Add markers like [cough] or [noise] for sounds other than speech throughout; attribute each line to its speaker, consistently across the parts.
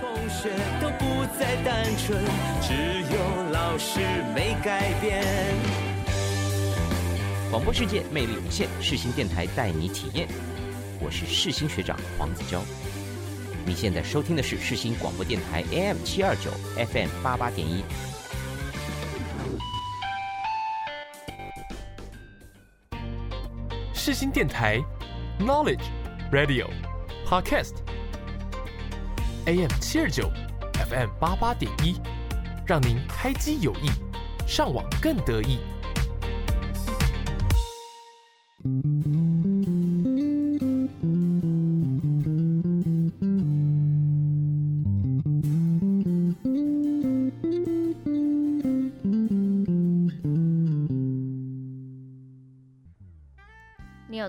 Speaker 1: 同学都不再单纯，只有老师没改变。
Speaker 2: 广播世界魅力无限，世新电台带你体验。我是世新学长黄子佼。你现在收听的是世新广播电台 AM 七二九 FM 八八点一。
Speaker 3: 世新电台 Knowledge Radio Podcast AM 七二九 FM 八八点一，让您开机有益，上网更得意。
Speaker 4: 你有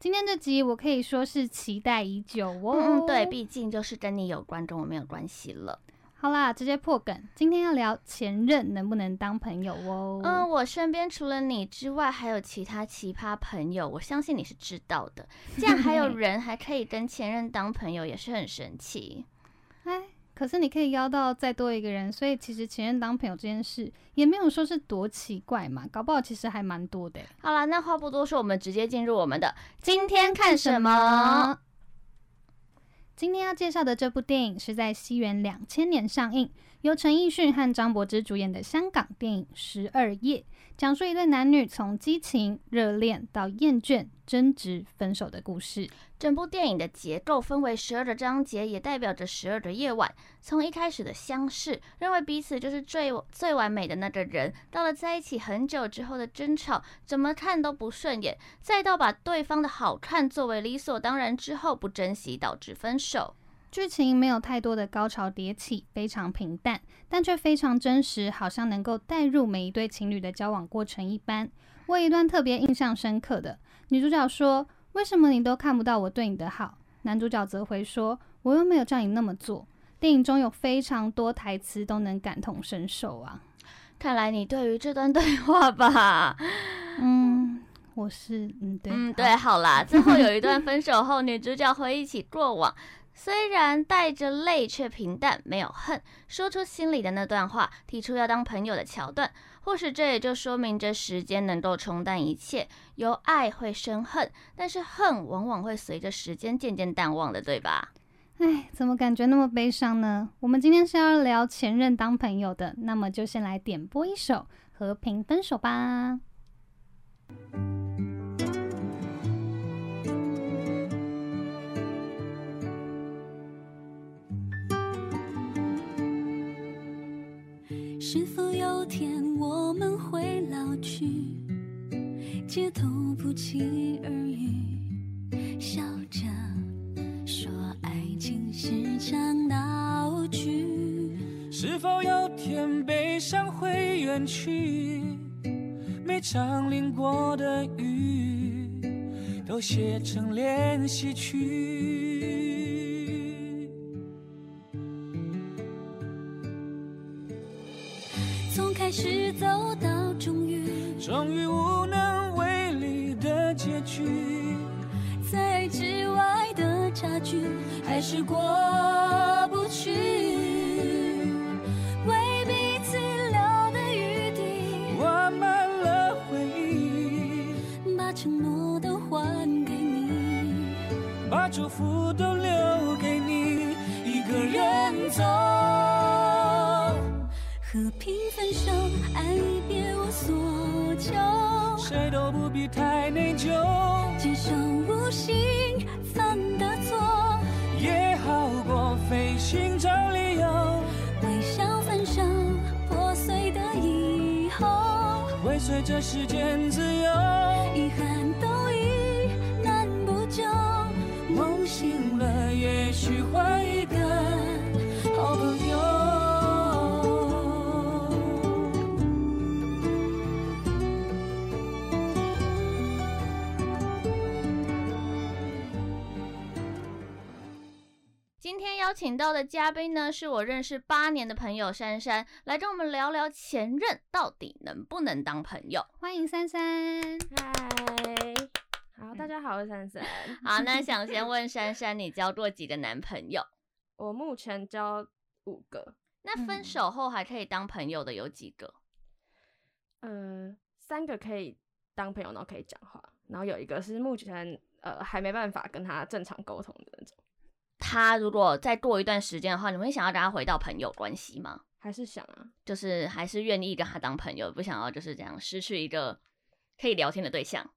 Speaker 5: 今天这集我可以说是期待已久哦。
Speaker 4: 嗯，对，毕竟就是跟你有关，跟我没有关系了。
Speaker 5: 好啦，直接破梗。今天要聊前任能不能当朋友哦。
Speaker 4: 嗯，我身边除了你之外，还有其他奇葩朋友，我相信你是知道的。这样还 [laughs] 有人还可以跟前任当朋友，也是很神奇。
Speaker 5: 哎，可是你可以邀到再多一个人，所以其实前任当朋友这件事也没有说是多奇怪嘛，搞不好其实还蛮多的。
Speaker 4: 好啦，那话不多说，我们直接进入我们的今天看什么？？
Speaker 5: 今天要介绍的这部电影是在西元两千年上映，由陈奕迅和张柏芝主演的香港电影《十二夜》，讲述一对男女从激情、热恋到厌倦、争执、分手的故事。
Speaker 4: 整部电影的结构分为十二个章节，也代表着十二个夜晚。从一开始的相识，认为彼此就是最最完美的那个人，到了在一起很久之后的争吵，怎么看都不顺眼，再到把对方的好看作为理所当然之后不珍惜，导致分手。
Speaker 5: 剧情没有太多的高潮迭起，非常平淡，但却非常真实，好像能够带入每一对情侣的交往过程一般。我有一段特别印象深刻的，女主角说：“为什么你都看不到我对你的好？”男主角则回说：“我又没有叫你那么做。”电影中有非常多台词都能感同身受啊。
Speaker 4: 看来你对于这段对话吧，
Speaker 5: 嗯，我是嗯对
Speaker 4: 嗯，
Speaker 5: 好
Speaker 4: 对，好啦。最后有一段分手后，女主角回忆起过往，虽然带着泪，却平淡，没有恨，说出心里的那段话，提出要当朋友的桥段。或许这也就说明着时间能够冲淡一切，由爱会生恨，但是恨往往会随着时间渐渐淡忘的，对吧？
Speaker 5: 哎，怎么感觉那么悲伤呢？我们今天是要聊前任当朋友的，那么就先来点播一首《和平分手》吧。
Speaker 6: 是否有天我们会老去，街头不期而遇，笑着说爱情是场闹剧。
Speaker 7: 是否有天悲伤会远去？每场淋过的雨，都写成练习曲。
Speaker 6: 从开始走到终于，
Speaker 7: 终于无能为力的结局，
Speaker 6: 在爱之外的差距还是过不去。为彼此留的余地，
Speaker 7: 灌满了回忆，
Speaker 6: 把承诺都还给你。
Speaker 7: 把祝福都留给你一个人走。
Speaker 6: 和平分手，爱别无所求，
Speaker 7: 谁都不必太内疚，
Speaker 6: 接受无心犯的错，
Speaker 7: 也好过费心找理由。
Speaker 6: 微笑分手，破碎的以后，
Speaker 7: 会随着时间自由，
Speaker 6: 遗憾都已难补救，
Speaker 7: 梦醒了也许换一个好朋友。
Speaker 4: 天邀请到的嘉宾呢，是我认识八年的朋友珊珊，来跟我们聊聊前任到底能不能当朋友。
Speaker 5: 欢迎珊珊。
Speaker 8: 嗨，好，大家好，我是珊珊。
Speaker 5: [laughs]
Speaker 4: 好，那想先问珊珊，你交过几个男朋友？
Speaker 8: 我目前交五个，
Speaker 4: 那
Speaker 5: 嗯
Speaker 4: 分手后还可以当朋友的有几个？
Speaker 8: 呃，三个可以当朋友，然后可以讲话，然后有一个是目前呃还没办法跟他正常沟通的那种，
Speaker 4: 他如果再过一段时间的话，你会想要跟他回到朋友关系吗？
Speaker 8: 还是想啊，
Speaker 4: 就是还是愿意跟他当朋友，不想要就是这样失去一个可以聊天的对象。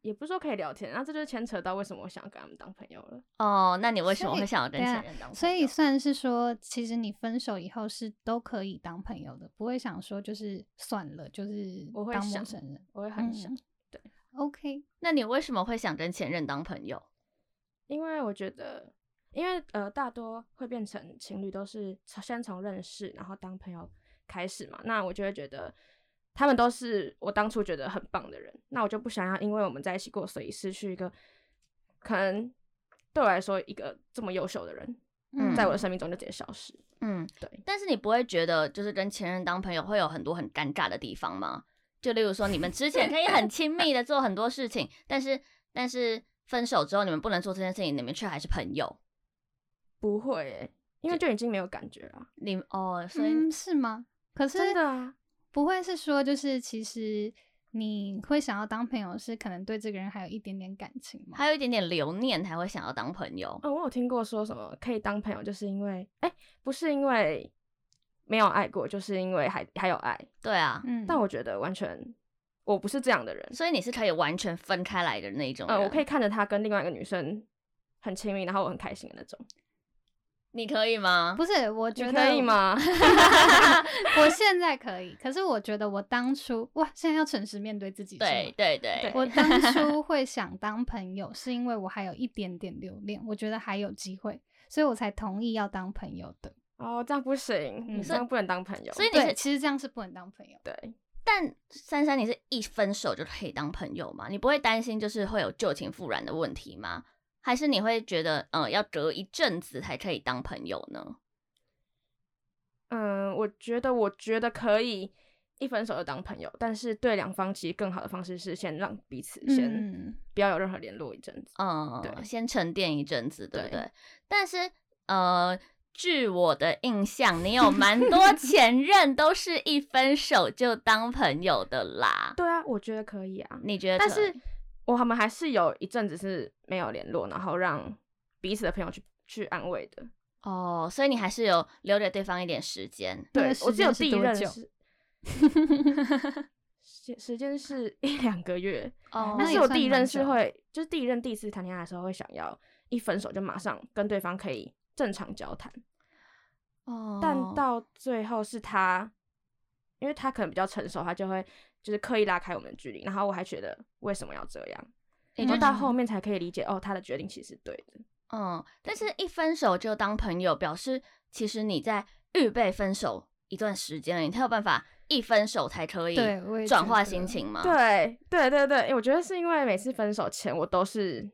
Speaker 8: 也不是说可以聊天，那这就是牵扯到为什么我想跟他们当朋友了。
Speaker 4: 哦，那你为什么
Speaker 5: 所以
Speaker 4: 会想要跟
Speaker 5: 对啊
Speaker 4: 前任当朋友？
Speaker 5: 所以算是说，其实你分手以后是都可以当朋友的，不会想说就是算了，就是
Speaker 8: 我会
Speaker 5: 当陌
Speaker 8: 想
Speaker 5: 生人。
Speaker 8: 我会很想，
Speaker 5: 嗯
Speaker 8: 对
Speaker 5: ，OK，
Speaker 4: 那你为什么会想跟前任当朋友？
Speaker 8: 因为我觉得，因为呃，大多会变成情侣都是从先从认识，然后当朋友开始嘛。那我就会觉得，他们都是我当初觉得很棒的人，那我就不想要因为我们在一起过，所以失去一个可能对我来说一个这么优秀的人，
Speaker 4: 嗯
Speaker 8: 在我的生命中就直接消失。
Speaker 4: 嗯，
Speaker 8: 对，
Speaker 4: 但是你不会觉得就是跟前任当朋友会有很多很尴尬的地方吗？就例如说你们之前可以很亲密的做很多事情，但是但是分手之后你们不能做这件事情，你们却还是朋友。
Speaker 8: 不会、欸，因为就已经没有感觉了。
Speaker 4: 你哦，所以、
Speaker 5: 嗯，是吗？可是
Speaker 8: 真的啊，
Speaker 5: 不会是说就是其实你会想要当朋友，是可能对这个人还有一点点感情吗？
Speaker 4: 还有一点点留念才会想要当朋友。
Speaker 8: 嗯，我有听过说什么可以当朋友，就是因为哎、不是因为没有爱过，就是因为还还有爱。
Speaker 4: 对啊，
Speaker 5: 嗯，
Speaker 8: 但我觉得完全我不是这样的人。
Speaker 4: 所以你是可以完全分开来的那一种人。
Speaker 8: 呃，我可以，看着他跟另外一个女生很亲密，然后我很开心的那种。
Speaker 4: 你可以吗？
Speaker 5: 不是，我
Speaker 8: 你
Speaker 5: 觉得
Speaker 8: 可以？吗？
Speaker 5: [laughs]
Speaker 8: [laughs]
Speaker 5: 我现在可以，可是我觉得我当初哇，现在要诚实面对自己。是吗
Speaker 4: 对对对，
Speaker 5: 我当
Speaker 8: [laughs]
Speaker 5: 初会想当朋友，是因为我还有一点点留恋，我觉得还有机会，所以我才同意要当朋友的。
Speaker 8: 哦，这样不行，
Speaker 5: 嗯
Speaker 8: 你这样不能当朋友。
Speaker 4: 所以你
Speaker 5: 对，
Speaker 4: 是
Speaker 5: 其实这样是不能当朋友。
Speaker 8: 对，
Speaker 4: 但珊珊，你是一分手就可以当朋友吗？你不会担心就是会有旧情复燃的问题吗？还是你会觉得，嗯，要隔一阵子才可以当朋友呢？
Speaker 8: 嗯，我觉得我觉得可以一分手就当朋友，但是对两方其实更好的方式是先让彼此先
Speaker 5: 嗯，
Speaker 8: 不要有任何联络一阵子。
Speaker 4: 嗯，
Speaker 8: 对
Speaker 4: 先沉淀一阵子，对不对？
Speaker 8: 对
Speaker 4: 但是，呃，据我的印象，你有蛮
Speaker 8: [laughs]
Speaker 4: 多前任都是一分手就当朋友的啦。
Speaker 8: 对啊，我觉得可以啊，
Speaker 4: 你觉得？
Speaker 8: 但是我们还是有一阵子是没有联络，然后让彼此的朋友去去安慰的。
Speaker 4: 哦，所以你还是有留给对方一点时间。
Speaker 5: 那
Speaker 8: 对
Speaker 5: 个，
Speaker 8: 我
Speaker 5: 时
Speaker 8: 只有
Speaker 5: 间是
Speaker 8: 第一
Speaker 5: 多
Speaker 8: 任
Speaker 5: 久 [laughs]
Speaker 8: 是，时时间是一两个月，
Speaker 4: 哦
Speaker 8: 但
Speaker 5: 那
Speaker 8: 是
Speaker 5: 也
Speaker 8: 我
Speaker 5: 算
Speaker 8: 第一任
Speaker 5: 蛮
Speaker 8: 是
Speaker 5: 久
Speaker 8: 会，就是第一任第一次谈恋爱的时候会想要一分手就马上跟对方可以正常交谈，
Speaker 4: 哦
Speaker 8: 但到最后是他，因为他可能比较成熟，他就会就是刻意拉开我们的距离，然后我还觉得为什么要这样，
Speaker 4: 也
Speaker 5: 嗯
Speaker 8: 然后
Speaker 4: 就
Speaker 8: 到后面才可以理解哦，他的决定其实是对的，
Speaker 4: 嗯，但是一分手就当朋友，表示其实你在预备分手一段时间了，你才有办法一分手才可以
Speaker 5: 对我也
Speaker 4: 转
Speaker 5: 觉
Speaker 4: 化
Speaker 5: 得
Speaker 4: 心情
Speaker 5: 哦
Speaker 4: 嘛。，
Speaker 8: 对对对对，我觉得是因为每次分手前我都是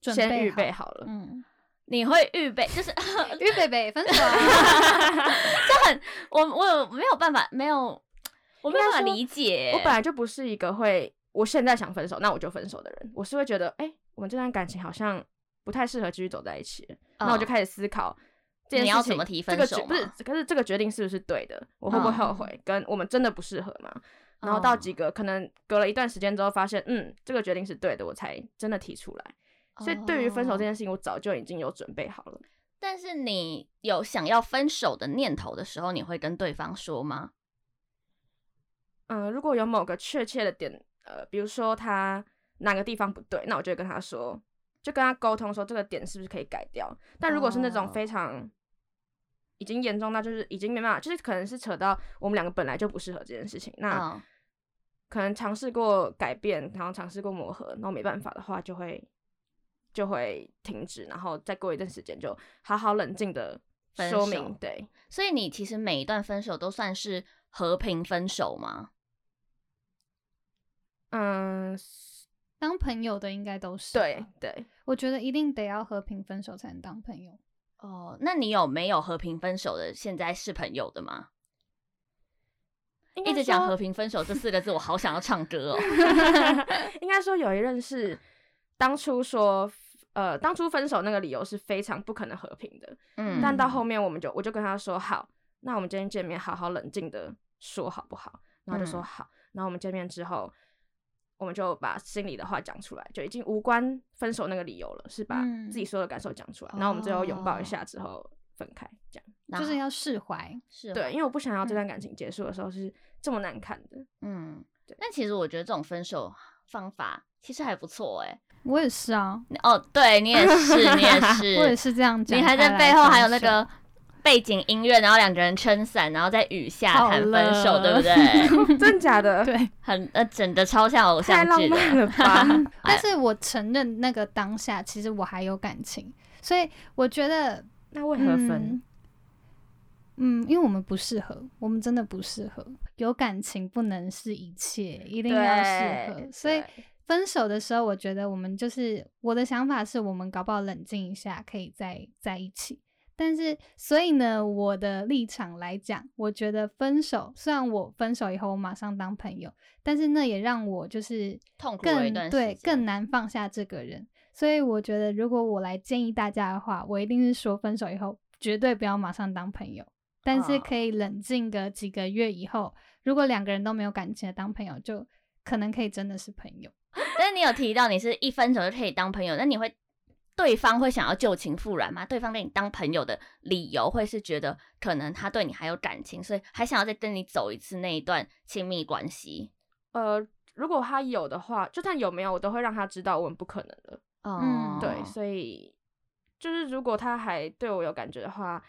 Speaker 5: 准
Speaker 8: 先
Speaker 5: 备
Speaker 8: 预备
Speaker 5: 好
Speaker 8: 好了， [laughs]
Speaker 5: 嗯，
Speaker 4: 你会预备，就是 [laughs]
Speaker 5: 于北北分手啊，
Speaker 8: [laughs]
Speaker 4: 这很我我有没有办法没有，我没有办法
Speaker 8: 应该说
Speaker 4: 理解。
Speaker 8: 我本来就不是一个会，我现在想分手，那我就分手的人。我是会觉得，哎、我们这段感情好像不太适合继续走在一起了，那、我就
Speaker 4: 嗯
Speaker 8: 开始思考这件
Speaker 4: 你
Speaker 8: 事情。
Speaker 4: 要怎么提分手
Speaker 8: 这个决不
Speaker 4: 吗
Speaker 8: 是，可是这个决定是不是对的？我会不会后悔？跟我们真的不适合吗？然后到
Speaker 4: 嗯
Speaker 8: 几个、可能隔了一段时间之后，发现嗯，这个决定是对的，我才真的提出来。所以对于分手这
Speaker 4: 哦
Speaker 8: 件事情，我早就已经有准备好了。
Speaker 4: 但是你有想要分手的念头的时候，你会跟对方说吗？
Speaker 8: 嗯，如果有某个确切的点，呃，比如说他哪个地方不对，那我就会跟他说，就跟他沟通说这个点是不是可以改掉。但如果是那种
Speaker 4: 哦
Speaker 8: 非常已经严重到就是已经没办法，就是可能是扯到我们两个本来就不适合这件事情，那
Speaker 4: 嗯，
Speaker 8: 可能尝试过改变，然后尝试过磨合，然后没办法的话就会就会停止，然后再过一段时间就好好冷静的
Speaker 4: 分
Speaker 8: 说
Speaker 4: 手
Speaker 8: 明，对，
Speaker 4: 所以你其实每一段分手都算是和平分手吗？
Speaker 8: 嗯，
Speaker 5: 当朋友的应该都是。
Speaker 4: 啊
Speaker 8: 对，对。
Speaker 5: 我觉得一定得要和平分手才能当朋友。
Speaker 4: 哦，那你有没有和平分手的？现在是朋友的吗？
Speaker 8: 应该
Speaker 4: 一直讲
Speaker 8: 说
Speaker 4: 和平分手这四个字，我好想要唱歌哦。
Speaker 8: [laughs] 应该说有一任是当初说，呃，当初分手那个理由是非常不可能和平的，
Speaker 4: 嗯，
Speaker 8: 但到后面我们就我就跟他说好，那我们今天见面好好冷静的说好不好？然后就说
Speaker 4: 嗯
Speaker 8: 好，然后我们见面之后，我们就把心里的话讲出来，就已经无关分手那个理由了，是把
Speaker 5: 嗯
Speaker 8: 自己所有的感受讲出来，然后我们最后拥抱
Speaker 4: 哦
Speaker 8: 一下之后分开，这样
Speaker 4: 然
Speaker 5: 就是
Speaker 4: 后
Speaker 5: 要释怀。
Speaker 4: 是哦
Speaker 8: 对，
Speaker 4: 会
Speaker 8: 因为我不想要这段感情结束的时候是这么难看的，
Speaker 4: 嗯
Speaker 8: 对，
Speaker 4: 但其实我觉得这种分手方法其实还不错哎、
Speaker 5: 我也是啊，
Speaker 4: 哦，对你也是，你
Speaker 8: [laughs]
Speaker 4: 也是，
Speaker 5: 我也是这样讲
Speaker 4: 你
Speaker 5: 开来
Speaker 4: 还
Speaker 5: 分手。
Speaker 4: 在背后还有那个背景音乐，然后两个人撑伞，然后在雨下
Speaker 5: 好
Speaker 4: 谈分手，
Speaker 5: 了
Speaker 4: 对不对？ [laughs]
Speaker 8: 真的假的？
Speaker 5: [laughs] 对，
Speaker 4: 很呃，整的超像偶
Speaker 8: 太
Speaker 4: 像
Speaker 8: 浪
Speaker 4: 剧的。
Speaker 8: 漫了吧！
Speaker 5: 但是我承认那个当下，其实我还有感情，所以我觉得
Speaker 8: 那为何分？
Speaker 5: 嗯？嗯，因为我们不适合，我们真的不适合。有感情不能是一切，一定要适合。
Speaker 8: 对
Speaker 5: 所以
Speaker 8: 对
Speaker 5: 分手的时候，我觉得我们就是我的想法是我们搞不好冷静一下，可以再在一起。但是，所以呢，我的立场来讲，我觉得分手，虽然我分手以后我马上当朋友，但是那也让我就是
Speaker 4: 痛苦了一
Speaker 5: 更
Speaker 4: 段时
Speaker 5: 对
Speaker 4: 间
Speaker 5: 更难放下这个人。所以我觉得，如果我来建议大家的话，我一定是说分手以后绝对不要马上当朋友，但是
Speaker 4: 哦
Speaker 5: 可以冷静个几个月以后，如果两个人都没有感情的当朋友，就可能可以真的是朋友。
Speaker 4: [laughs] 但是你有提到你是一分手就可以当朋友，那你会对方会想要旧情复燃吗？对方跟你当朋友的理由会是觉得可能他对你还有感情，所以还想要再跟你走一次那一段亲密关系。
Speaker 8: 呃，如果他有的话，就算有没有，我都会让他知道我们不可能的。
Speaker 4: 哦
Speaker 8: 对，所以就是如果他还对我有感觉的话，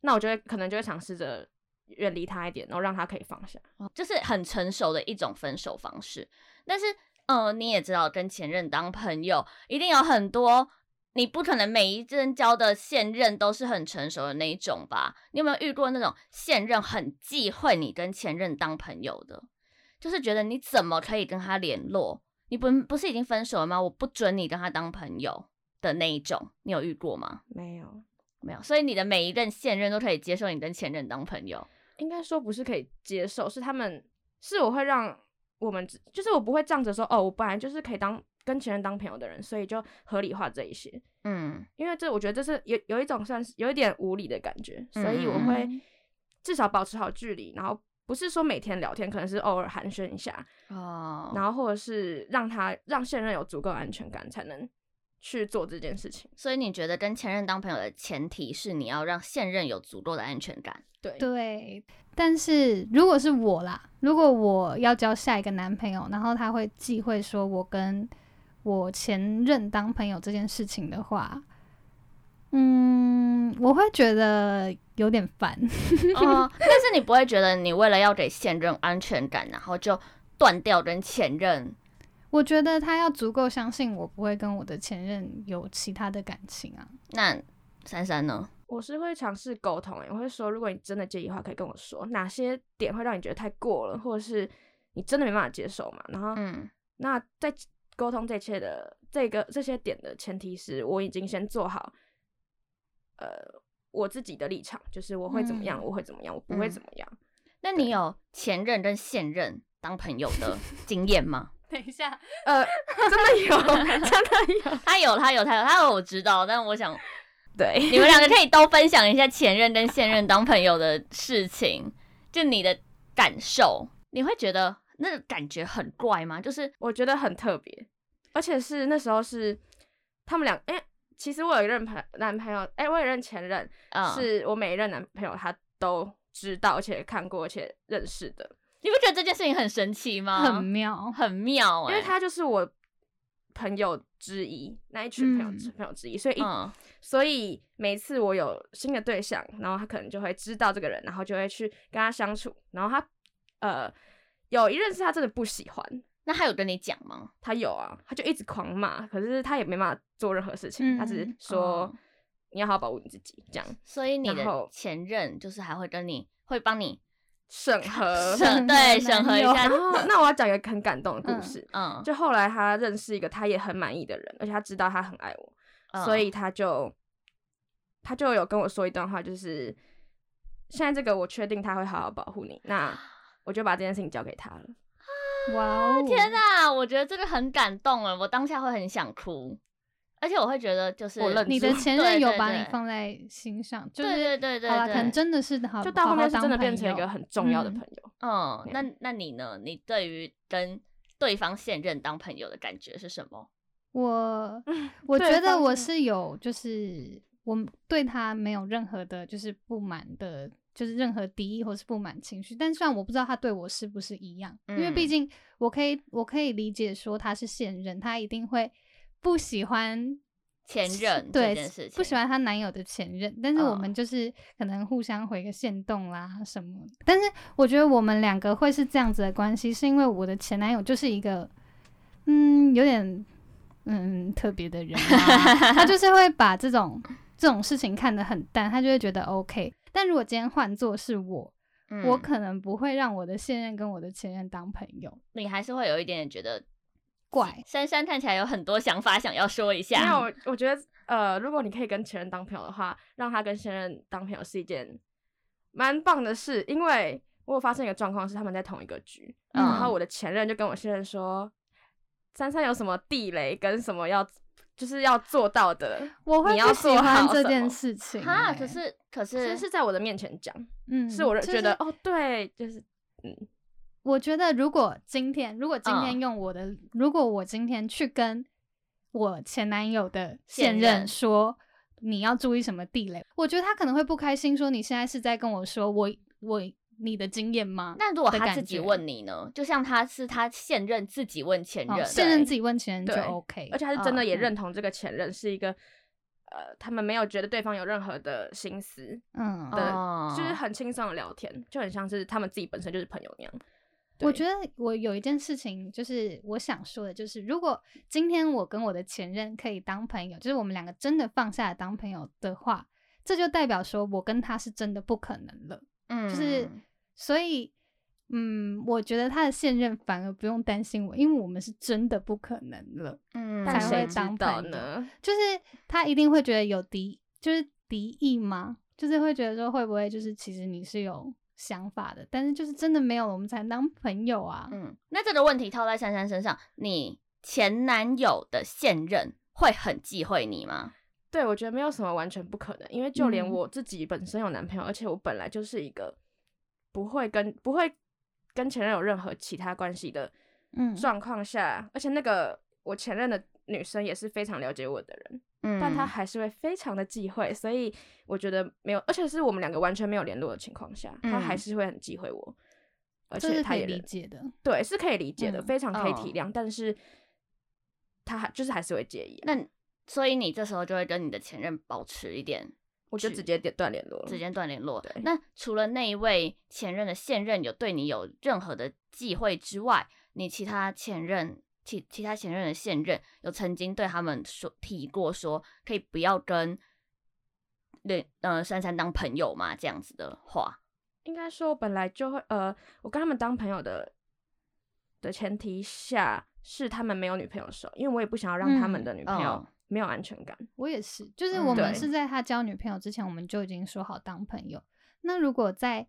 Speaker 8: 那我就会可能就会尝试着远离他一点，然后让他可以放下。
Speaker 4: 就是很成熟的一种分手方式。但是，呃，你也知道，跟前任当朋友一定有很多，你不可能每一任交的现任都是很成熟的那一种吧？你有没有遇过那种现任很忌讳你跟前任当朋友的？就是觉得你怎么可以跟他联络？你不不是已经分手了吗？我不准你跟他当朋友的那一种，你有遇过吗？
Speaker 8: 没有，
Speaker 4: 没有，所以你的每一任现任都可以接受你跟前任当朋友。
Speaker 8: 应该说不是可以接受，是他们是我会让我们知，就是我不会仗着说哦，我本来就是可以当跟前任当朋友的人，所以就合理化这一些。
Speaker 4: 嗯，
Speaker 8: 因为这我觉得这是有有一种算是有一点无理的感觉，所以我
Speaker 4: 嗯
Speaker 8: 会至少保持好距离，然后不是说每天聊天，可能是偶尔寒暄一下，
Speaker 4: 哦
Speaker 8: 然后或者是让他让现任有足够安全感，才能去做这件事情。
Speaker 4: 所以你觉得跟前任当朋友的前提是你要让现任有足够的安全感？
Speaker 8: 对，
Speaker 5: 对，但是如果是我啦，如果我要交下一个男朋友，然后他会忌讳说我跟我前任当朋友这件事情的话，嗯，我会觉得有点烦。
Speaker 4: 哦，但是你不会觉得你为了要给现任安全感，然后就断掉跟前任？
Speaker 5: 我觉得他要足够相信我不会跟我的前任有其他的感情啊。
Speaker 4: 那珊珊呢？
Speaker 5: 嗯
Speaker 8: 我是会尝试沟通、欸，我会说，如果你真的介意的话，可以跟我说哪些点会让你觉得太过了，或者是你真的没办法接受嘛。然后，
Speaker 4: 嗯，
Speaker 8: 那在沟通这切的这个这些点的前提是，我已经先做好，呃，我自己的立场，就是我会怎么样，
Speaker 4: 嗯
Speaker 8: 我会怎么样，我不会
Speaker 4: 嗯
Speaker 8: 怎么样。 [laughs]
Speaker 4: 那你有前任跟现任当朋友
Speaker 5: [laughs]
Speaker 4: 的经验吗？
Speaker 5: 等一下，
Speaker 8: 呃，真的有，真的有，
Speaker 4: [laughs] 他有，他有，他有，他有，我知道。但我想
Speaker 8: 对，
Speaker 4: 你们两个可以都分享一下前任跟现任当朋友的事情，就你的感受，你会觉得那个感觉很怪吗？就是
Speaker 8: 我觉得很特别，而且是那时候是他们俩，哎、其实我有一任朋男朋友，哎、我有一任前任，
Speaker 4: 嗯
Speaker 8: 是我每一任男朋友他都知道，而且看过，而且认识的，
Speaker 4: 你不觉得这件事情很神奇吗？
Speaker 5: 很妙。
Speaker 4: 很妙、欸，
Speaker 8: 因为他就是我朋友之一，那一群朋友之、
Speaker 5: 嗯
Speaker 8: 朋友之一，所以一、
Speaker 4: 嗯
Speaker 8: 所以每次我有新的对象，然后他可能就会知道这个人，然后就会去跟他相处，然后他呃有一任是他真的不喜欢，
Speaker 4: 那他有跟你讲吗？
Speaker 8: 他有啊，他就一直狂骂，可是他也没办法做任何事
Speaker 5: 嗯
Speaker 8: 情，他只是说、
Speaker 4: 哦
Speaker 8: 你要好好保护你自己，这样
Speaker 4: 所以你
Speaker 8: 然
Speaker 4: 的
Speaker 8: 后
Speaker 4: 前任就是还会跟你会帮你
Speaker 8: 审核。
Speaker 4: [laughs]
Speaker 5: 审
Speaker 4: 审
Speaker 5: 核
Speaker 4: 对
Speaker 5: 男
Speaker 4: 审核一
Speaker 5: 友
Speaker 4: 下
Speaker 8: 然，后，那我要讲一个很感动的故
Speaker 5: 嗯
Speaker 8: 事。
Speaker 4: 嗯，
Speaker 8: 就后来他认识一个他也很满意的人，而且他知道他很爱我，
Speaker 4: 嗯
Speaker 8: 所以他就他就有跟我说一段话，就是现在这个我确定他会好好保护你，那我就把这件事情交给他了。
Speaker 5: 哇哦，
Speaker 4: 天哪，我觉得真的很感动哎，我当下会很想哭，而且我会觉得就是
Speaker 8: 我认
Speaker 5: 你的前
Speaker 4: 对
Speaker 5: 任
Speaker 4: 对
Speaker 5: 有把你
Speaker 4: 对
Speaker 5: 放在心上，就是
Speaker 4: 对对对
Speaker 5: 好了，
Speaker 4: 对
Speaker 5: 可能真的是呃好，
Speaker 8: 就到后面是
Speaker 5: 好好
Speaker 8: 真的
Speaker 5: 当朋
Speaker 8: 变成一
Speaker 5: 友
Speaker 8: 个很重要的
Speaker 5: 嗯
Speaker 8: 朋友。
Speaker 4: 嗯，那
Speaker 8: 对
Speaker 4: 那你呢？你对于跟对方现任当朋友的感觉是什么？
Speaker 5: 我我
Speaker 8: 嗯对
Speaker 5: 觉得
Speaker 8: 方
Speaker 5: 我
Speaker 8: 向
Speaker 5: 是有，就是我们对他没有任何的，就是不满的，就是任何敌意或是不满情绪。但虽然我不知道他对我是不是一样，因为
Speaker 4: 嗯
Speaker 5: 毕竟我可以我可以理解说他是现任，他一定会不喜欢
Speaker 4: 前任这
Speaker 5: 对
Speaker 4: 件事情，
Speaker 5: 不喜欢她男友的前任，但是我
Speaker 4: 嗯
Speaker 8: 哦
Speaker 5: 们就是可能互相回个线动啦什么。但是我觉得我们两个会是这样子的关系，是因为我的前男友就是一个嗯有点嗯特别的人、啊，他就是会把这种这种事情看得很淡，他就会觉得 OK。但如果今天换做是我，
Speaker 4: 嗯，
Speaker 5: 我可能不会让我的现任跟我的前任当朋友。
Speaker 4: 你还是会有一点点觉得
Speaker 5: 怪
Speaker 4: 珊珊看起来有很多想法想要说一
Speaker 5: 嗯
Speaker 8: 因为
Speaker 4: 下，
Speaker 8: 我我觉得，呃，如果你可以跟前任当朋友的话，让他跟现任当朋友是一件蛮棒的事。因为我有发生一个状况是，他们在同一个局，
Speaker 4: 嗯
Speaker 8: 然后我的前任就跟我现任说，珊珊有什么地雷跟什么要就是要做到的，
Speaker 5: 我会
Speaker 8: 你要
Speaker 5: 不喜
Speaker 8: 做
Speaker 5: 欢
Speaker 8: 好
Speaker 5: 这
Speaker 8: 什
Speaker 5: 件
Speaker 8: 么
Speaker 5: 事情、欸。
Speaker 4: 哈，啊可是可
Speaker 8: 是
Speaker 4: 是
Speaker 8: 是在我的面前讲，
Speaker 5: 嗯，
Speaker 8: 是我
Speaker 5: 就
Speaker 8: 觉得、哦，对，就是
Speaker 5: 我觉得如果今天，如果今天
Speaker 4: 嗯
Speaker 5: 用我的，如果我今天去跟我前男友的
Speaker 4: 现
Speaker 5: 现
Speaker 4: 任
Speaker 5: 任说你要注意什么地雷，我觉得他可能会不开心，说你现在是在跟我说我我你的经验吗？
Speaker 4: 那如果
Speaker 5: 的
Speaker 4: 他
Speaker 5: 感
Speaker 4: 自己
Speaker 5: 觉
Speaker 4: 问你呢？就像他是他现任自己问前
Speaker 5: 哦
Speaker 4: 任，
Speaker 5: 现任自己问前任就
Speaker 8: 对
Speaker 5: OK，
Speaker 8: 而且他是真的也
Speaker 5: 嗯
Speaker 8: 认同这个前任是一个，呃，他们没有觉得对方有任何的心思，
Speaker 5: 嗯，
Speaker 8: 的
Speaker 4: 哦
Speaker 8: 就是很轻松的聊天，就很像是他们自己本身就是朋友那样。
Speaker 5: 我
Speaker 8: 对
Speaker 5: 觉得我有一件事情，就是我想说的，就是如果今天我跟我的前任可以当朋友，就是我们两个真的放下来当朋友的话，这就代表说我跟他是真的不可能了。
Speaker 4: 嗯
Speaker 5: 就是所以，嗯，我觉得他的现任反而不用担心我，因为我们是真的不可能了。
Speaker 4: 嗯
Speaker 5: 才
Speaker 8: 但
Speaker 5: 会
Speaker 8: 谁知
Speaker 5: 当朋
Speaker 8: 道
Speaker 5: 友
Speaker 8: 呢？
Speaker 5: 就是他一定会觉得有敌，就是敌意吗？就是会觉得说会不会就是其实你是有想法的，但是就是真的没有了，我们才能当朋友啊。
Speaker 4: 嗯，那这个问题套在珊珊身上，你前男友的现任会很忌讳你吗？
Speaker 8: 对，我觉得没有什么完全不可能，因为就连
Speaker 5: 嗯
Speaker 8: 我自己本身有男朋友，而且我本来就是一个不会跟不会跟前任有任何其他关系的
Speaker 5: 嗯
Speaker 8: 状况下，而且那个我前任的女生也是非常了解我的人，
Speaker 4: 嗯
Speaker 8: 但她还是会非常的忌讳，所以我觉得没有，而且是我们两个完全没有联络的情况下，她还
Speaker 4: 嗯
Speaker 8: 是会很忌讳我，而
Speaker 5: 这
Speaker 8: 且
Speaker 5: 是
Speaker 8: 她
Speaker 5: 可以
Speaker 8: 也
Speaker 5: 理
Speaker 8: 忍
Speaker 5: 解的。
Speaker 8: 对，是可以理解的，
Speaker 5: 嗯
Speaker 8: 非常可以
Speaker 4: 哦
Speaker 8: 体谅，但是他还就是还是会介意啊、
Speaker 4: 那所以你这时候就会跟你的前任保持一点
Speaker 8: 我就直接点断联络了。
Speaker 4: 之间断联络
Speaker 8: 对。
Speaker 4: 那除了那一位前任的现任有对你有任何的忌讳之外，你其他前任、其其他前任的现任有曾经对他们说提过说可以不要跟对呃珊珊当朋友嘛这样子的话，
Speaker 8: 应该说，我本来就会呃，我跟他们当朋友的的前提下是他们没有女朋友的时候，因为我也不想要让他们
Speaker 5: 嗯
Speaker 8: 的女朋友
Speaker 4: 哦
Speaker 8: 没有安全感。
Speaker 5: 我也是，就是
Speaker 4: 嗯
Speaker 5: 我
Speaker 8: 对
Speaker 5: 们是在他交女朋友之前，我们就已经说好当朋友。那如果在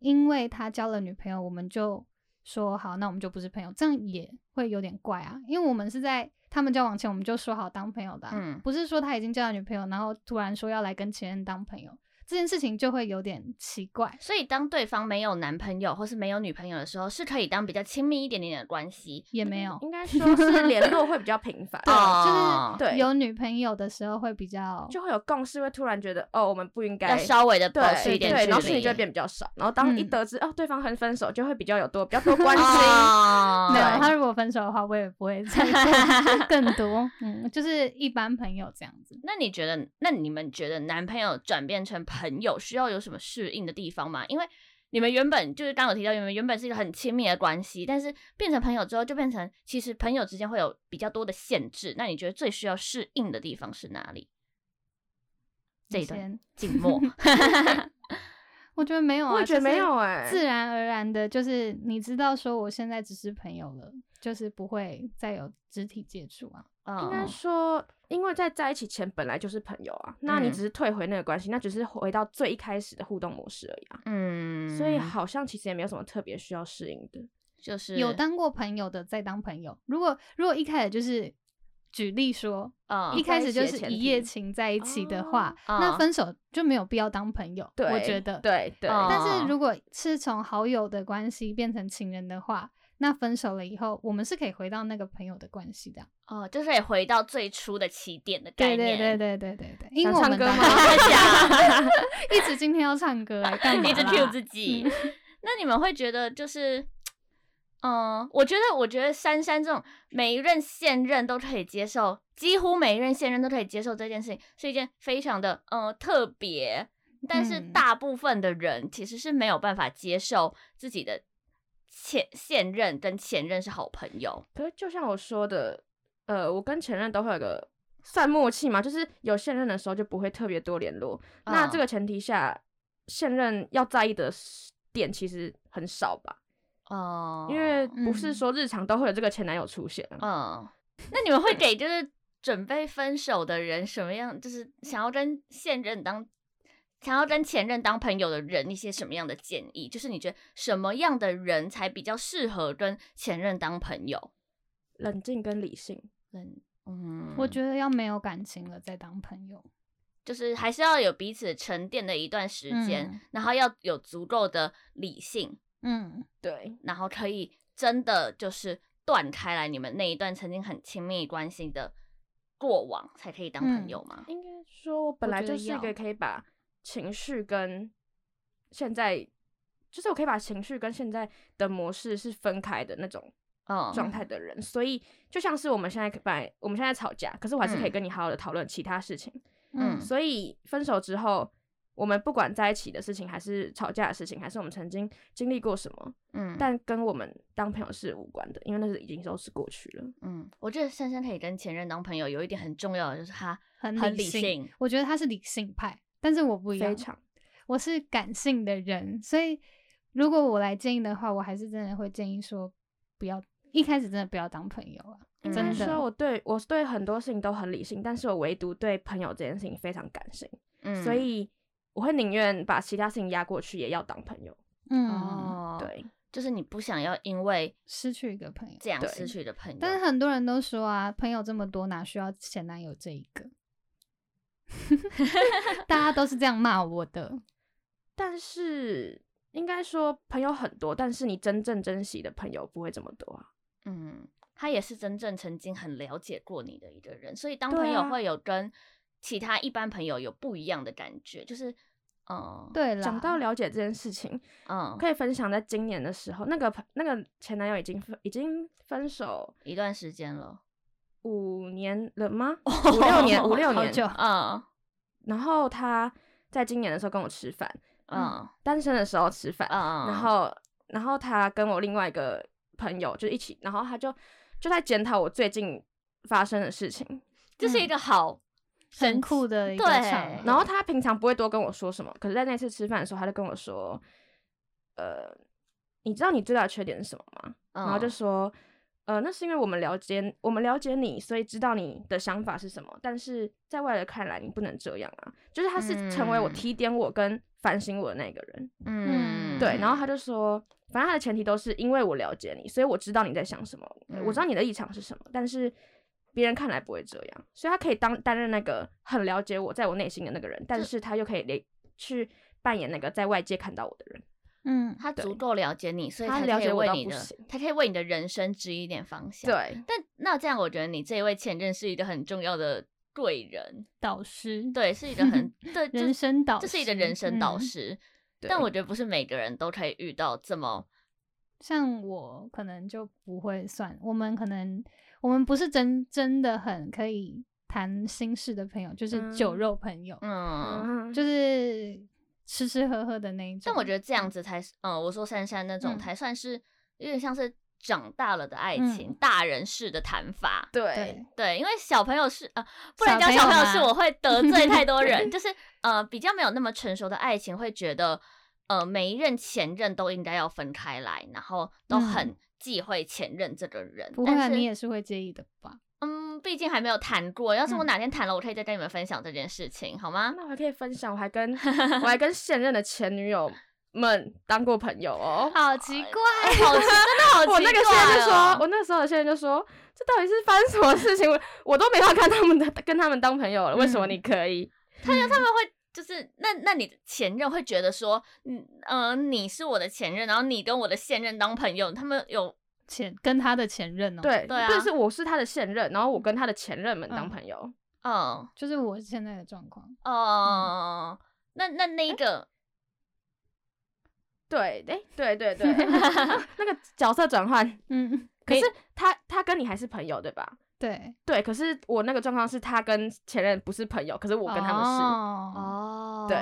Speaker 5: 因为他交了女朋友，我们就说好，那我们就不是朋友，这样也会有点怪啊。因为我们是在他们交往前，我们就说好当朋友的啊、
Speaker 4: 嗯
Speaker 5: 不是说他已经交了女朋友，然后突然说要来跟前任当朋友，这件事情就会有点奇怪。
Speaker 4: 所以当对方没有男朋友或是没有女朋友的时候，是可以当比较亲密一点点的关系。，
Speaker 5: 也没有，
Speaker 8: 应该说是联络会比较频繁
Speaker 4: [laughs] 哦
Speaker 5: 就是
Speaker 8: 对
Speaker 5: 有女朋友的时候会比较
Speaker 8: 就会有共识，会突然觉得哦，我们不应
Speaker 4: 要
Speaker 8: 该。
Speaker 4: 稍微的
Speaker 8: 对
Speaker 4: 保持一点距
Speaker 8: 对，
Speaker 4: 离，
Speaker 8: 然后事情就会变比较少。然后当一
Speaker 5: 嗯
Speaker 8: 得知、哦对方很分手，就会比较有多
Speaker 4: [laughs]
Speaker 8: 比较多关心。
Speaker 4: 哦
Speaker 5: 没有，
Speaker 8: 对
Speaker 5: 他如果分手的话，我也不会再
Speaker 8: [laughs]
Speaker 5: 做更多。嗯，就是一般朋友这样子。
Speaker 4: 那你觉得，那你们觉得男朋友转变成朋友需要有什么适应的地方吗？因为你们原本就是刚有提到，你们原本是一个很亲密的关系，但是变成朋友之后，就变成其实朋友之间会有比较多的限制。那你觉得最需要适应的地方是哪里？这一
Speaker 5: 以 [laughs]
Speaker 4: 段
Speaker 5: 前
Speaker 4: 静默，
Speaker 5: 我觉得没有啊，
Speaker 8: 我也觉得没
Speaker 4: 哦
Speaker 8: 有
Speaker 5: 哎、
Speaker 8: 哎
Speaker 5: 自然而然的，就是你知道说我现在只是朋友了，就是不会再有肢体接触啊。
Speaker 4: 嗯，
Speaker 8: 应该说，因为在在一起前本来就是朋友啊，那你
Speaker 4: 嗯
Speaker 8: 只是退回那个关系，那只是回到最一开始的互动模式而已啊。
Speaker 4: 嗯，
Speaker 8: 所以好像其实也没有什么特别需要适应的。
Speaker 4: 就是
Speaker 5: 有当过朋友的再当朋友，如果如果一开始就是举例说，
Speaker 4: 嗯
Speaker 5: 一开始就
Speaker 8: 在一起
Speaker 5: 是
Speaker 8: 的前
Speaker 5: 一
Speaker 8: 提
Speaker 5: 夜情在一起的话，
Speaker 4: 哦
Speaker 5: 那
Speaker 4: 嗯
Speaker 5: 分手就没有必要当朋友，
Speaker 8: 对，
Speaker 5: 我觉得。
Speaker 8: 对对，
Speaker 4: 嗯
Speaker 5: 但是如果是从好友的关系变成情人的话，那分手了以后，我们是可以回到那个朋友的关系的啊。
Speaker 4: 哦，就是也回到最初的起点的概
Speaker 5: 对
Speaker 4: 念，
Speaker 5: 对对对对对对，因为
Speaker 8: 想
Speaker 5: 我
Speaker 8: 唱
Speaker 5: 们
Speaker 8: 歌
Speaker 5: 当
Speaker 8: 吗
Speaker 5: 然
Speaker 4: 想
Speaker 5: 一直今天要唱歌哎，干
Speaker 4: [laughs]
Speaker 5: 嘛
Speaker 4: 一直
Speaker 5: 啦
Speaker 4: cue 自己。
Speaker 8: 嗯
Speaker 4: [laughs] 那你们会觉得就是，嗯、我觉得我觉得珊珊这种每一任现任都可以接受，几乎每一任现任都可以接受这件事情，是一件非常的呃特别，但是
Speaker 5: 嗯
Speaker 4: 大部分的人其实是没有办法接受自己的前现任跟前任是好朋友。
Speaker 8: 可是就像我说的，呃，我跟前任都会有个算默契嘛，就是有现任的时候就不会特别多联络。那
Speaker 4: 嗯
Speaker 8: 这个前提下，现任要在意的事点其实很少吧，
Speaker 4: 哦、
Speaker 8: 因为不
Speaker 5: 嗯
Speaker 8: 是说日常都会有这个前男友出现啊。
Speaker 4: 嗯，那你们会给就是准备分手的人什么样，就是想要跟现任当，想要跟前任当朋友的人一些什么样的建议？就是你觉得什么样的人才比较适合跟前任当朋友？
Speaker 8: 冷静跟理性，
Speaker 4: 嗯嗯，
Speaker 5: 我觉得要没有感情了再当朋友。
Speaker 4: 就是还是要有彼此沉淀的一段时间，
Speaker 5: 嗯
Speaker 4: 然后要有足够的理性，
Speaker 5: 嗯，
Speaker 8: 对，
Speaker 4: 然后可以真的就是断开来你们那一段曾经很亲密关系的过往，才可以当朋
Speaker 5: 嗯
Speaker 4: 友吗？
Speaker 8: 应该说，我本
Speaker 5: 我
Speaker 8: 来
Speaker 5: 觉
Speaker 8: 就
Speaker 5: 得
Speaker 8: 是一
Speaker 5: 要
Speaker 8: 个可以把情绪跟现在，就是我可以把情绪跟现在的模式是分开的那种
Speaker 5: 哦
Speaker 4: 嗯，
Speaker 8: 状态的人，所以就像是我们现在本来我们现在吵架，可是我还是可以
Speaker 4: 嗯
Speaker 8: 跟你好好的讨论其他事情。
Speaker 4: 嗯
Speaker 8: 所以分手之后，我们不管在一起的事情，还是吵架的事情，还是我们曾经经历过什么，
Speaker 4: 嗯，
Speaker 8: 但跟我们当朋友是无关的，因为那是已经都是过去了。
Speaker 4: 嗯，我觉得珊珊可以跟前任当朋友，有一点很重要的就是她
Speaker 5: 很
Speaker 4: 很
Speaker 5: 理
Speaker 4: 性，
Speaker 5: 我觉得他是理性派，但是我不一样
Speaker 8: 非，常
Speaker 5: 我是感性的人，所以如果我来建议的话，我还是真的会建议说，不要一开始真的不要当朋友啊，
Speaker 4: 嗯
Speaker 5: 真
Speaker 8: 虽然说
Speaker 5: 的。
Speaker 8: 我对我对很多事情都很理性，但是我唯独对朋友这件事情非常感性，
Speaker 4: 嗯，
Speaker 8: 所以我会宁愿把其他事情压过去，也要当朋友。
Speaker 5: 嗯，
Speaker 4: 哦，，
Speaker 8: 对，
Speaker 4: 就是你不想要因为
Speaker 5: 失去一个朋友。
Speaker 4: 这样
Speaker 8: 对
Speaker 4: 失去的朋友，
Speaker 5: 但是很多人都说啊，朋友这么多，哪需要前男友这一个？ [laughs] 大家都是这样骂我的。
Speaker 8: 但是应该说朋友很多，但是你真正珍惜的朋友不会这么多啊。
Speaker 4: 嗯，他也是真正曾经很了解过你的一个人，所以当
Speaker 8: 对
Speaker 4: 朋友
Speaker 8: 啊
Speaker 4: 会有跟其他一般朋友有不一样的感觉，就是，嗯，，
Speaker 5: 对啦，哦
Speaker 8: 讲到了解这件事情，
Speaker 4: 嗯，
Speaker 8: 可以分享，在今年的时候，那个朋那个前男友已经分已经分手
Speaker 4: 一段时间了，
Speaker 8: 五年了吗？五六年，五六
Speaker 5: 哦 [laughs] 好
Speaker 8: 年。
Speaker 5: 久
Speaker 4: 嗯
Speaker 8: 然后他在今年的时候跟我吃饭，
Speaker 4: 嗯
Speaker 8: 单身的时候吃饭，
Speaker 4: 嗯，
Speaker 8: 然后然后他跟我另外一个朋友就一起，然后他就就在检讨我最近发生的事情，
Speaker 4: 这
Speaker 8: 嗯
Speaker 4: 是一个好神
Speaker 5: 很
Speaker 4: 奇
Speaker 5: 酷的一个
Speaker 4: 对
Speaker 5: 场合，
Speaker 8: 然后他平常不会多跟我说什么，可是在那次吃饭的时候，他就跟我说，呃，你知道你最大的缺点是什么吗？
Speaker 4: 嗯，
Speaker 8: 然后就说，呃，那是因为我们了解我们了解你，所以知道你的想法是什么，但是在外人看来你不能这样啊，就是他是成为我
Speaker 4: 嗯
Speaker 8: 提点我跟反省我的那个人。
Speaker 4: 嗯，
Speaker 8: 对，然后他就说，反正他的前提都是因为我了解你，所以我知道你在想什么，呃我
Speaker 4: 嗯
Speaker 8: 知道你的立场是什么，但是别人看来不会这样，所以他可以当担任那个很了解我，在我内心的那个人，但是他又可以连去扮演那个在外界看到我的人。
Speaker 5: 嗯，
Speaker 4: 他
Speaker 8: 对
Speaker 4: 足够了解你，所以
Speaker 8: 他
Speaker 4: 才
Speaker 8: 了
Speaker 4: 可以
Speaker 8: 解我
Speaker 4: 为
Speaker 8: 到
Speaker 4: 你
Speaker 8: 不
Speaker 4: 的
Speaker 8: 行，
Speaker 4: 他可以为你的人生指引一点方向。，
Speaker 8: 对，
Speaker 4: 但那这样，我觉得你这一位前任是一个很重要的贵人，
Speaker 5: 导师，
Speaker 4: 对，是一个很对这
Speaker 5: 人生导
Speaker 4: 这
Speaker 5: 师，
Speaker 4: 是一个人生导
Speaker 5: 嗯。
Speaker 4: 师。
Speaker 8: 对
Speaker 4: 但我觉得不是每个人都可以遇到这么
Speaker 5: 像我可能就不会算，我们可能我们不是真真的很可以谈心事的朋友，就是酒
Speaker 8: 嗯
Speaker 5: 肉朋友，
Speaker 4: 嗯。
Speaker 8: 嗯，
Speaker 5: 就是吃吃喝喝的那一种。
Speaker 4: 但我觉得这样子才是，嗯，我说珊珊那种
Speaker 5: 嗯
Speaker 4: 才算是有点像是长大了的爱情，
Speaker 5: 嗯
Speaker 4: 大人式的谈法。
Speaker 8: 对
Speaker 5: 对，
Speaker 4: 对，因为小朋友是呃，不然讲
Speaker 5: 小
Speaker 4: 小
Speaker 5: 朋友
Speaker 4: 朋友
Speaker 5: 吗 [laughs]
Speaker 4: 是我会得罪太多人，就是呃比较没有那么成熟的爱情会觉得呃每一任前任都应该要分开来，然后都很忌讳前任这个人。
Speaker 5: 嗯不会啊，
Speaker 4: 但
Speaker 5: 你
Speaker 4: 是
Speaker 5: 也是会介意的吧？
Speaker 4: 嗯，毕竟还没有谈过，要是我
Speaker 5: 嗯
Speaker 4: 哪天谈了，我可以再跟你们分享这件事情，好
Speaker 5: [laughs]
Speaker 4: 吗？
Speaker 8: 啊那我还可以分享，我
Speaker 4: [laughs]
Speaker 8: 还跟我还跟现任的前女友们当过朋友哦。
Speaker 4: 好奇怪，哎好奇真的
Speaker 5: [laughs]
Speaker 4: 好奇怪、哦。
Speaker 8: 我那个现任就说，我那时候的现任就说，这到底是发生什么事情？我我都没办法跟他们的跟他们当朋友了，为什么
Speaker 4: 嗯
Speaker 8: 你可以？
Speaker 4: 他就他们会就是那那你的前任会觉得说，嗯呃，你是我的前任，然后你跟我的现任当朋友，他们有
Speaker 5: 前跟他的前任哦，，
Speaker 8: 对，
Speaker 4: 对啊
Speaker 8: 就是我是他的现任，然后我跟他的前任们当
Speaker 5: 嗯
Speaker 8: 朋友。
Speaker 4: 嗯
Speaker 5: 就是我现在的状况。
Speaker 8: 嗯
Speaker 4: 哦、那那那个、
Speaker 8: 对，哎、对对对，那个角色转换，
Speaker 5: 嗯， [laughs]
Speaker 8: 可是他他跟你还是朋友对吧？
Speaker 5: 对，
Speaker 8: 对，可是我那个状况是他跟前任不是朋友，可是我跟他们是。
Speaker 5: 哦，
Speaker 4: 哦
Speaker 8: 对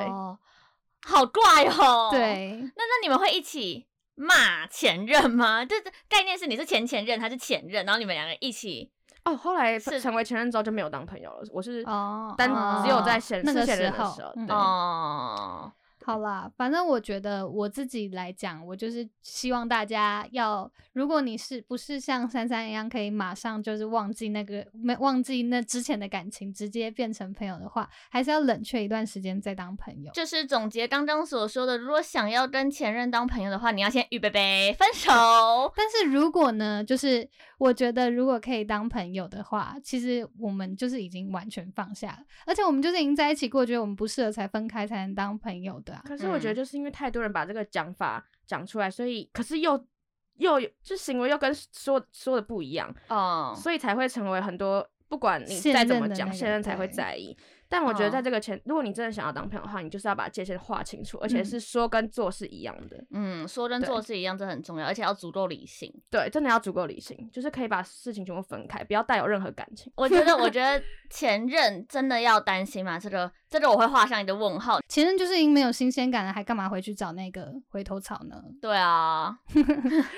Speaker 4: 好怪哦。，
Speaker 5: 对，
Speaker 4: 那那你们会一起骂前任吗？这这概念是你是前前任，他是前任，然后你们两个一起
Speaker 8: 哦，后来
Speaker 4: 是
Speaker 8: 成为前任之后就没有当朋友了，我是
Speaker 5: 哦，
Speaker 8: 单
Speaker 5: 哦
Speaker 8: 只有在前
Speaker 5: 那
Speaker 8: 是
Speaker 5: 个
Speaker 8: 前
Speaker 5: 时
Speaker 8: 任的
Speaker 5: 候
Speaker 8: 时候，
Speaker 5: 嗯
Speaker 8: 对
Speaker 4: 哦。
Speaker 5: 好啦，反正我觉得我自己来讲，我就是希望大家要，如果你是不是像珊珊一样可以马上就是忘记那个没忘记那之前的感情，直接变成朋友的话，还是要冷却一段时间再当朋友。
Speaker 4: 就是总结刚刚所说的，如果想要跟前任当朋友的话，你要先预备备分
Speaker 8: [laughs]
Speaker 4: 手。
Speaker 5: 但是如果呢，就是我觉得如果可以当朋友的话，其实我们就是已经完全放下了，而且我们就是已经在一起过，觉得我们不适合才分开才能当朋友的、啊。
Speaker 8: 可是我觉得
Speaker 4: 嗯
Speaker 8: 就是因为太多人把这个讲法讲出来，所以可是又又有就行为又跟说说的不一样，
Speaker 4: 哦，
Speaker 8: 所以才会成为很多不管你
Speaker 5: 现
Speaker 8: 再怎
Speaker 5: 任
Speaker 8: 么
Speaker 5: 的
Speaker 8: 讲，
Speaker 5: 那个
Speaker 8: 现任才会
Speaker 5: 对
Speaker 8: 在意。但我觉得
Speaker 4: 哦
Speaker 8: 在这个前，如果你真的想要当朋友的话，你就是要把界限划清楚，而且
Speaker 5: 嗯
Speaker 8: 是说跟做是一样的。
Speaker 4: 嗯，说跟
Speaker 8: 对
Speaker 4: 做是一样，这很重要，而且要足够理性。
Speaker 8: 对，真的要足够理性，就是可以把事情全部分开，不要带有任何感情。
Speaker 4: 我觉得，我觉得前任真的要担心吗？这个，这个我会画上一个问号。
Speaker 5: 前任就是已经没有新鲜感了，还干嘛回去找那个回头草呢？
Speaker 4: 对啊，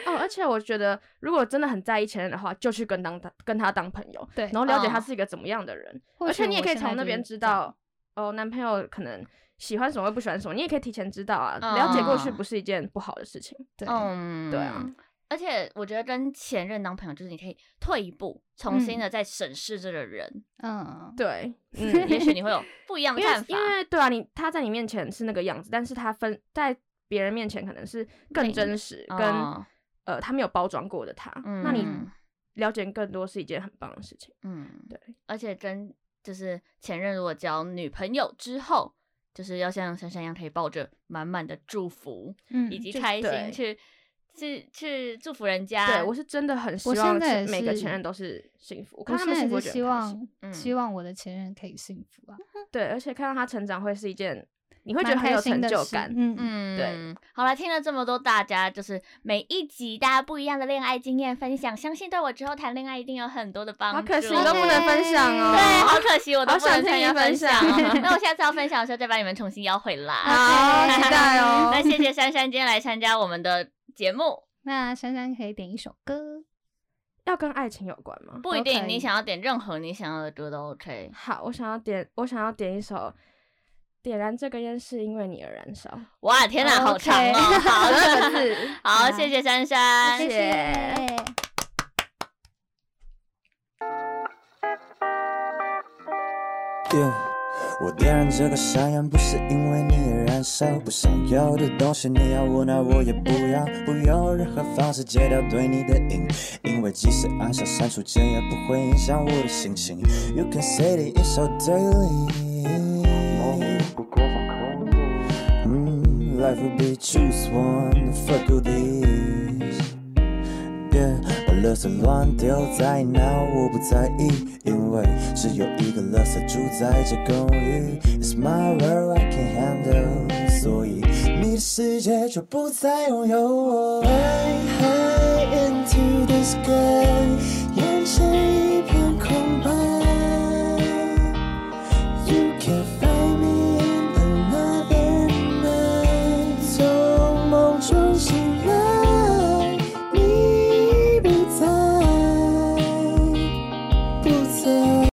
Speaker 8: 哦，而且我觉得，如果真的很在意前任的话，就去跟当他跟他当朋友，
Speaker 5: 对哦
Speaker 8: 然后了解他
Speaker 4: 嗯
Speaker 8: 是一个怎么样的人，
Speaker 5: 或
Speaker 8: 而且
Speaker 5: 许
Speaker 8: 你也
Speaker 5: 我
Speaker 8: 可以
Speaker 5: 现在
Speaker 8: 从那
Speaker 5: 就是
Speaker 8: 边知
Speaker 5: 这样
Speaker 8: 道，哦，男朋友可能喜欢什么，不喜欢什么，你也可以提前知道啊，
Speaker 5: 哦
Speaker 4: 嗯
Speaker 8: 了解过去不是一件不好的事情。
Speaker 5: 对，
Speaker 4: 嗯，
Speaker 8: 对啊。
Speaker 4: 而且我觉得跟前任当朋友，就是你可以退一步，重新
Speaker 8: 嗯
Speaker 4: 的再审视这个人，
Speaker 5: 嗯，
Speaker 8: 对，嗯，
Speaker 4: 也许你会
Speaker 8: [laughs]
Speaker 4: 有不一样的
Speaker 8: 因为
Speaker 4: 看法
Speaker 8: 因。为对啊，你他在你面前是那个样子，但是他分在别人面前可能是更
Speaker 4: 另
Speaker 8: 真实，跟、
Speaker 4: 哦
Speaker 8: 呃他没有包装过的他，那你
Speaker 4: 嗯
Speaker 8: 了解更多是一件很棒的事情。
Speaker 4: 嗯，
Speaker 8: 对，
Speaker 4: 而且跟就是前任如果交女朋友之后，就是要像珊珊一样，可以抱着满满的祝福、
Speaker 5: 嗯
Speaker 4: 以及
Speaker 8: 就
Speaker 4: 开心
Speaker 8: 对
Speaker 4: 去去去祝福人家。
Speaker 8: 对我是真的很希
Speaker 5: 啊我
Speaker 8: 望
Speaker 5: 现在
Speaker 8: 前
Speaker 5: 也
Speaker 8: 每个
Speaker 5: 是
Speaker 8: 前任都是幸福，我
Speaker 5: 我
Speaker 8: 看他
Speaker 5: 现
Speaker 8: 们
Speaker 5: 在
Speaker 8: 幸福
Speaker 5: 也
Speaker 8: 我
Speaker 5: 是希
Speaker 8: 觉得很开心
Speaker 5: 望、
Speaker 4: 嗯
Speaker 5: 希望我的前任可以幸福啊，
Speaker 8: 对，而且看到他成长会是一件你会觉
Speaker 5: 蛮
Speaker 8: 得很
Speaker 5: 开
Speaker 8: 有
Speaker 5: 心
Speaker 8: 成
Speaker 5: 的
Speaker 8: 就
Speaker 5: 事
Speaker 8: 感。 [laughs]
Speaker 5: 嗯嗯，
Speaker 4: 嗯，
Speaker 8: 对。
Speaker 4: 好了，听了这么多，大家就是每一集大家不一样的恋爱经验分享，相信对我之后谈恋爱一定有很多的
Speaker 5: 嗯
Speaker 4: 帮助。
Speaker 8: 好可惜，你都不能分享哦。
Speaker 4: 对，好可惜，我都
Speaker 8: 好
Speaker 4: 不能
Speaker 8: 想听
Speaker 4: 参加
Speaker 8: 你
Speaker 4: 分
Speaker 8: 分
Speaker 4: 享
Speaker 8: 享 [laughs]
Speaker 4: 哦。那我下次要分享的时候再把你们重新邀回来。 [laughs]
Speaker 8: 好期待
Speaker 5: [laughs]
Speaker 8: 哦
Speaker 4: 那谢谢珊珊今天来参加我们的节目，
Speaker 5: 那珊珊可以点一首歌，
Speaker 8: 要跟爱情有关吗？
Speaker 4: 不一
Speaker 5: 都
Speaker 4: 定
Speaker 5: 可以
Speaker 4: 你想要点任何你想要的歌都 OK。
Speaker 8: 好，我想要点，我想要点一首《点燃这根烟是因为你而燃烧》。
Speaker 4: 哇，天哪，好
Speaker 5: OK
Speaker 4: 长哦！
Speaker 8: [laughs]
Speaker 4: 好
Speaker 8: 这
Speaker 4: 的，
Speaker 8: 个字。
Speaker 4: [laughs]
Speaker 8: 嗯
Speaker 4: 好，谢谢珊珊，
Speaker 8: 谢谢
Speaker 9: 电，我点燃这个香烟不是因为你而燃烧，不想要的东西你要我那我也不要，不用任何方式戒掉对你的瘾，因为即使按下删除键也不会影响我的心情。You can say that it's all daily。Mm, life will be choose one, fuck all these。Yeah，把垃圾乱丢在哪我不在意，因为只有一个垃圾住在这公寓。It's my world I can handle，所以你的世界就不再拥有我。Fly high into the sky，眼神一片